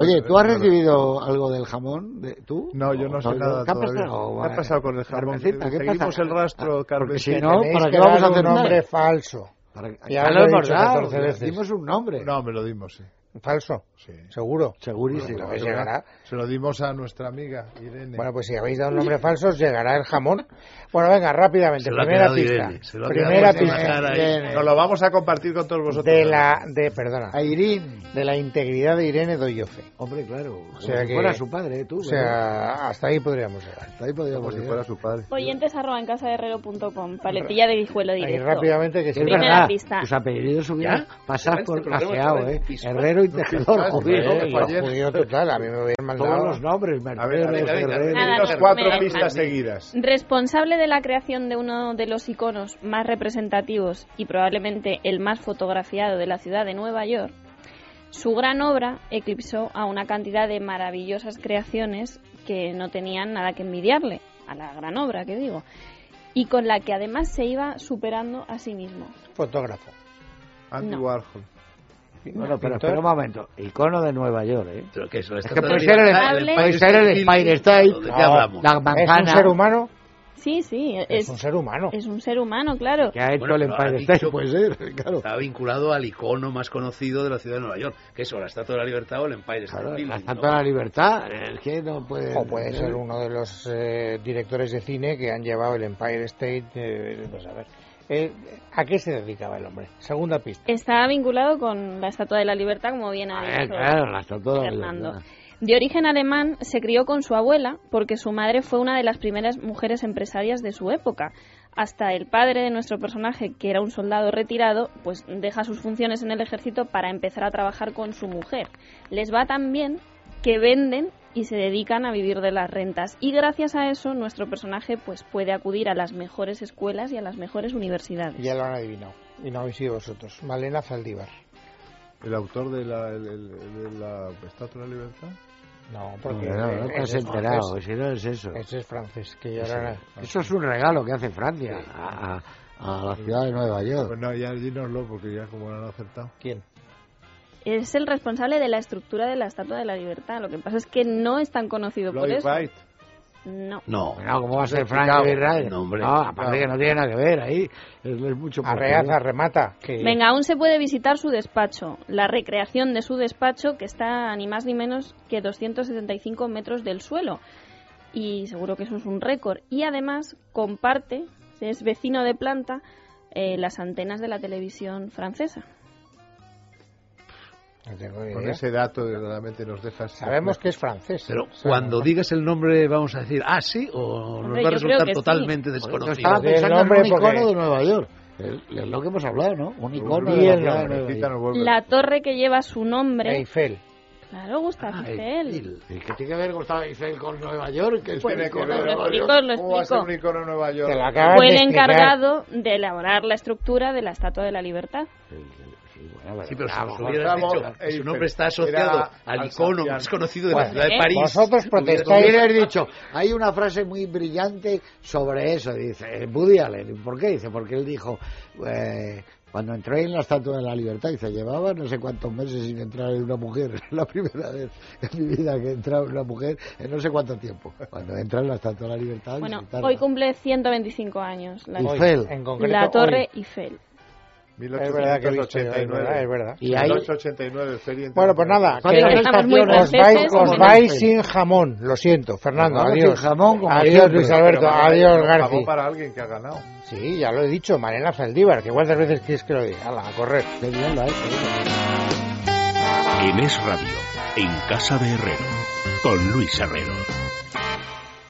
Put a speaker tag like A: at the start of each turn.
A: Oye, ¿tú has recibido algo del jamón? de- ¿Tú?
B: No, yo no sé nada
A: ¿Qué ha
B: todavía.
A: pasado?
B: ¿Qué ha pasado con el jamón?
A: Carmencita, ¿qué
B: Seguimos
A: pasa?
B: el rastro,
A: Ah, Porque
B: Carmencita.
A: si no,
C: Tenéis
A: ¿para
C: que
A: qué vamos a
C: dar
A: hacer
C: un
A: nada?
C: nombre falso.
A: Para- ya
C: Ya
A: lo
C: lo he
A: hemos
C: dicho
A: dado,
C: 14
A: le
C: veces.
A: dimos un nombre.
B: No, me lo dimos, sí.
C: Falso.
B: Sí.
C: Seguro.
A: Segurísimo.
C: Bueno, pues llegará.
B: Se lo dimos a nuestra amiga Irene.
C: Bueno, pues si habéis dado un nombre falso, os llegará el jamón. Bueno, venga, rápidamente.
D: Se lo ha
C: Primera
D: quedado
C: pista.
D: Irene, se lo ha
C: Primera
D: quedado Irene.
C: pista.
D: Cara ahí.
A: Bien,
B: Nos lo vamos a compartir con todos vosotros.
C: De la, de, perdona,
A: Airín.
C: de la integridad de Irene Doyofe.
A: Hombre, claro. O
C: sea
A: sea
C: que-
A: fuera su padre, ¿eh? tú.
C: O sea, hasta ahí podríamos llegar.
A: ¿verdad? Ahí podríamos
B: Como si
A: llegar.
B: fuera su padre.
E: Oyentes arroba en casa de herrero.com, paletilla de guijuelo
C: Ahí
E: directo.
C: rápidamente que
A: Es
C: sí.
E: Primera
A: verdad,
E: pista.
A: tus apellidos hubieran
D: ¿Ya?
A: pasado
D: Este
A: por
D: programa
A: cajeado,
D: estaba en
A: ¿eh?
D: Pispas.
A: Herrero y tejedor,
B: Pispas,
A: joder.
B: ¿no?
C: Eh, yo
B: Ayer.
C: judío total, a mí me hubieran mandado.
A: Todos los nombres,
B: A ver, a ver,
A: Mercedes,
B: a ver, a ver,
A: Herrero.
E: Nada,
B: dinos
E: no,
B: cuatro
E: me da
B: pistas
E: igual.
B: seguidas.
E: Responsable de la creación de uno de los iconos más representativos y probablemente el más fotografiado de la ciudad de Nueva York, su gran obra eclipsó a una cantidad de maravillosas creaciones que no tenían nada que envidiarle, a la gran obra que digo, y con la que además se iba superando a sí mismo.
C: Fotógrafo.
B: Andy
E: No.
B: Warhol.
A: Bueno, pero
C: Pintor.
A: espera un momento. Icono de Nueva York, ¿eh?
D: Pero que eso
A: Es
D: está
A: que puede
D: todavía-
A: ser el,
D: Ah,
E: Hable.
A: puede ser el Spider-State,
D: ¿De qué
A: la-
D: hablamos?
A: la
C: ¿Es un
A: manzana
C: ser humano?
E: Sí, sí,
C: Es un ser humano.
E: es un ser humano, claro.
A: que ha hecho
D: Bueno,
A: el
D: pero ha
A: Empire
D: dicho-
A: State, puede ser, claro.
D: Estaba vinculado al icono más conocido de la ciudad de Nueva York, que es o la Estatua de la Libertad o el Empire State
A: Claro,
D: Building,
A: la
D: ¿no?
A: Estatua de la Libertad, es que no puede...
C: O puede ser uno de los eh, directores de cine que han llevado el Empire State. eh, pues a ver. Eh, ¿A qué se dedicaba el hombre? Segunda pista.
E: Estaba vinculado con la Estatua de la Libertad, como bien ha
A: Ah,
E: dicho.
A: claro, la Estatua de la
E: Fernando.
A: Libertad.
E: De origen alemán, se crió con su abuela porque su madre fue una de las primeras mujeres empresarias de su época. Hasta el padre de nuestro personaje, que era un soldado retirado, pues deja sus funciones en el ejército para empezar a trabajar con su mujer. Les va tan bien que venden y se dedican a vivir de las rentas. Y gracias a eso, nuestro personaje pues puede acudir a las mejores escuelas y a las mejores universidades.
C: Ya lo han adivinado. Y no habéis sido vosotros. Malena Zaldívar.
B: ¿El autor de la, el- el- de la Estatua de la Libertad?
C: No,
A: No,
C: porque
A: no, no te has
C: ese es
A: enterado,
C: francés.
A: si no es eso.
C: Ese es francés, que yo ahora-
A: Eso, eso es un regalo que hace Francia a, a- a la ciudad de Nueva York.
B: Pues no, ya dínoslo porque ya como no lo han acertado.
C: ¿Quién?
E: Es el responsable de la estructura de la Estatua de la Libertad. Lo que pasa es que no es tan conocido por
B: Lloyd
E: eso.
B: Wright.
E: No.
D: No,
A: No, ¿cómo va a ser
D: Chicago.
A: Frank Aguirre?
D: No, hombre.
A: aparte que no tiene nada que ver ahí. Es, es mucho por
C: Arreaza, remata. que-
E: Venga, aún se puede visitar su despacho, la recreación de su despacho que está a ni más ni menos que 275 metros del suelo. Y seguro que eso es un récord. Y además comparte, es vecino de planta, eh, las antenas de la televisión francesa.
C: No tengo ni
B: Con
C: idea.
B: ese dato realmente nos dejas...
C: Sabemos que es francés.
D: Pero
C: O sea,
D: cuando
C: no-
D: digas el nombre vamos a decir, ah, sí, o nos
E: Hombre,
D: va a
E: yo creo que
D: resultar
E: sí.
D: totalmente
A: Yo
D: desconocido.
A: estaba
C: Del
A: pensando en
C: hombre,
A: un icono
C: porque-
A: de Nueva York. Es, es lo que hemos hablado, ¿no? Un icono de
B: Bien,
A: la ciudad
B: la
A: de Nueva
B: Carmencita
A: York.
B: nos vuelve-
E: La torre que lleva su nombre.
C: Eiffel.
E: Claro, Gustavo
D: Ah,
E: Eiffel.
D: Eiffel.
A: ¿Y qué tiene que ver Gustavo Eiffel con Nueva York? Que es
B: Tiene
A: un
B: que
A: icono de
B: ver,
E: lo
A: Nueva York.
E: explico, lo
B: ¿Cómo va a ser Oh, un
E: explico.
B: icono en Nueva York?
C: Te lo acabas
E: Fue el
C: de explicar.
E: encargado de elaborar la estructura de la Estatua de la Libertad.
A: Sí, bueno, pero
D: Sí, pero si
A: a lo
D: nos
A: mejor-
D: hubieras dicho
B: Gustavo
D: que su
B: Eiffel
D: nombre está
B: era
D: asociado al
B: alsaciano.
D: icono más conocido de
C: Bueno,
D: la ciudad de
E: ¿eh?
D: París.
C: Vosotros protestáis.
A: Hubieras dicho, hay una frase muy brillante sobre eso, dice eh, Woody Allen. ¿Por qué? Dice, porque él dijo, eh, cuando entré en la Estatua de la Libertad, dice, llevaba no sé cuántos meses sin entrar en una mujer, es la primera vez en mi vida que he entrado en una mujer en no sé cuánto tiempo, cuando entra en la Estatua de la Libertad. a
E: Bueno,
A: visitarla.
E: hoy cumple 125 años la,
A: Eiffel.
C: Hoy, en concreto,
E: la torre
C: hoy.
E: Eiffel.
C: Es verdad que he visto yo, es verdad,
B: 1889.
C: es verdad.
A: Y ahí,
B: 1889, Feria
C: Bueno, pues nada,
A: Joder,
C: que-
A: que
E: estamos muy
C: os
E: franceses,
C: vais, os
E: como
C: vais
A: no.
C: sin jamón. Lo siento, Fernando.
A: Vamos
C: Adiós.
A: sin jamón, como
C: adiós,
A: siempre.
C: Luis Alberto.
B: Pero,
C: adiós,
B: pero,
C: García.
B: favor, para alguien que ha ganado.
C: Sí, ya lo he dicho, Mariana Zaldívar, que cuántas veces quieres que lo diga. Hala, a correr.
A: qué bien lo ha hecho, ¿eh?
F: En Es Radio, en Casa de Herrero, con Luis Herrero.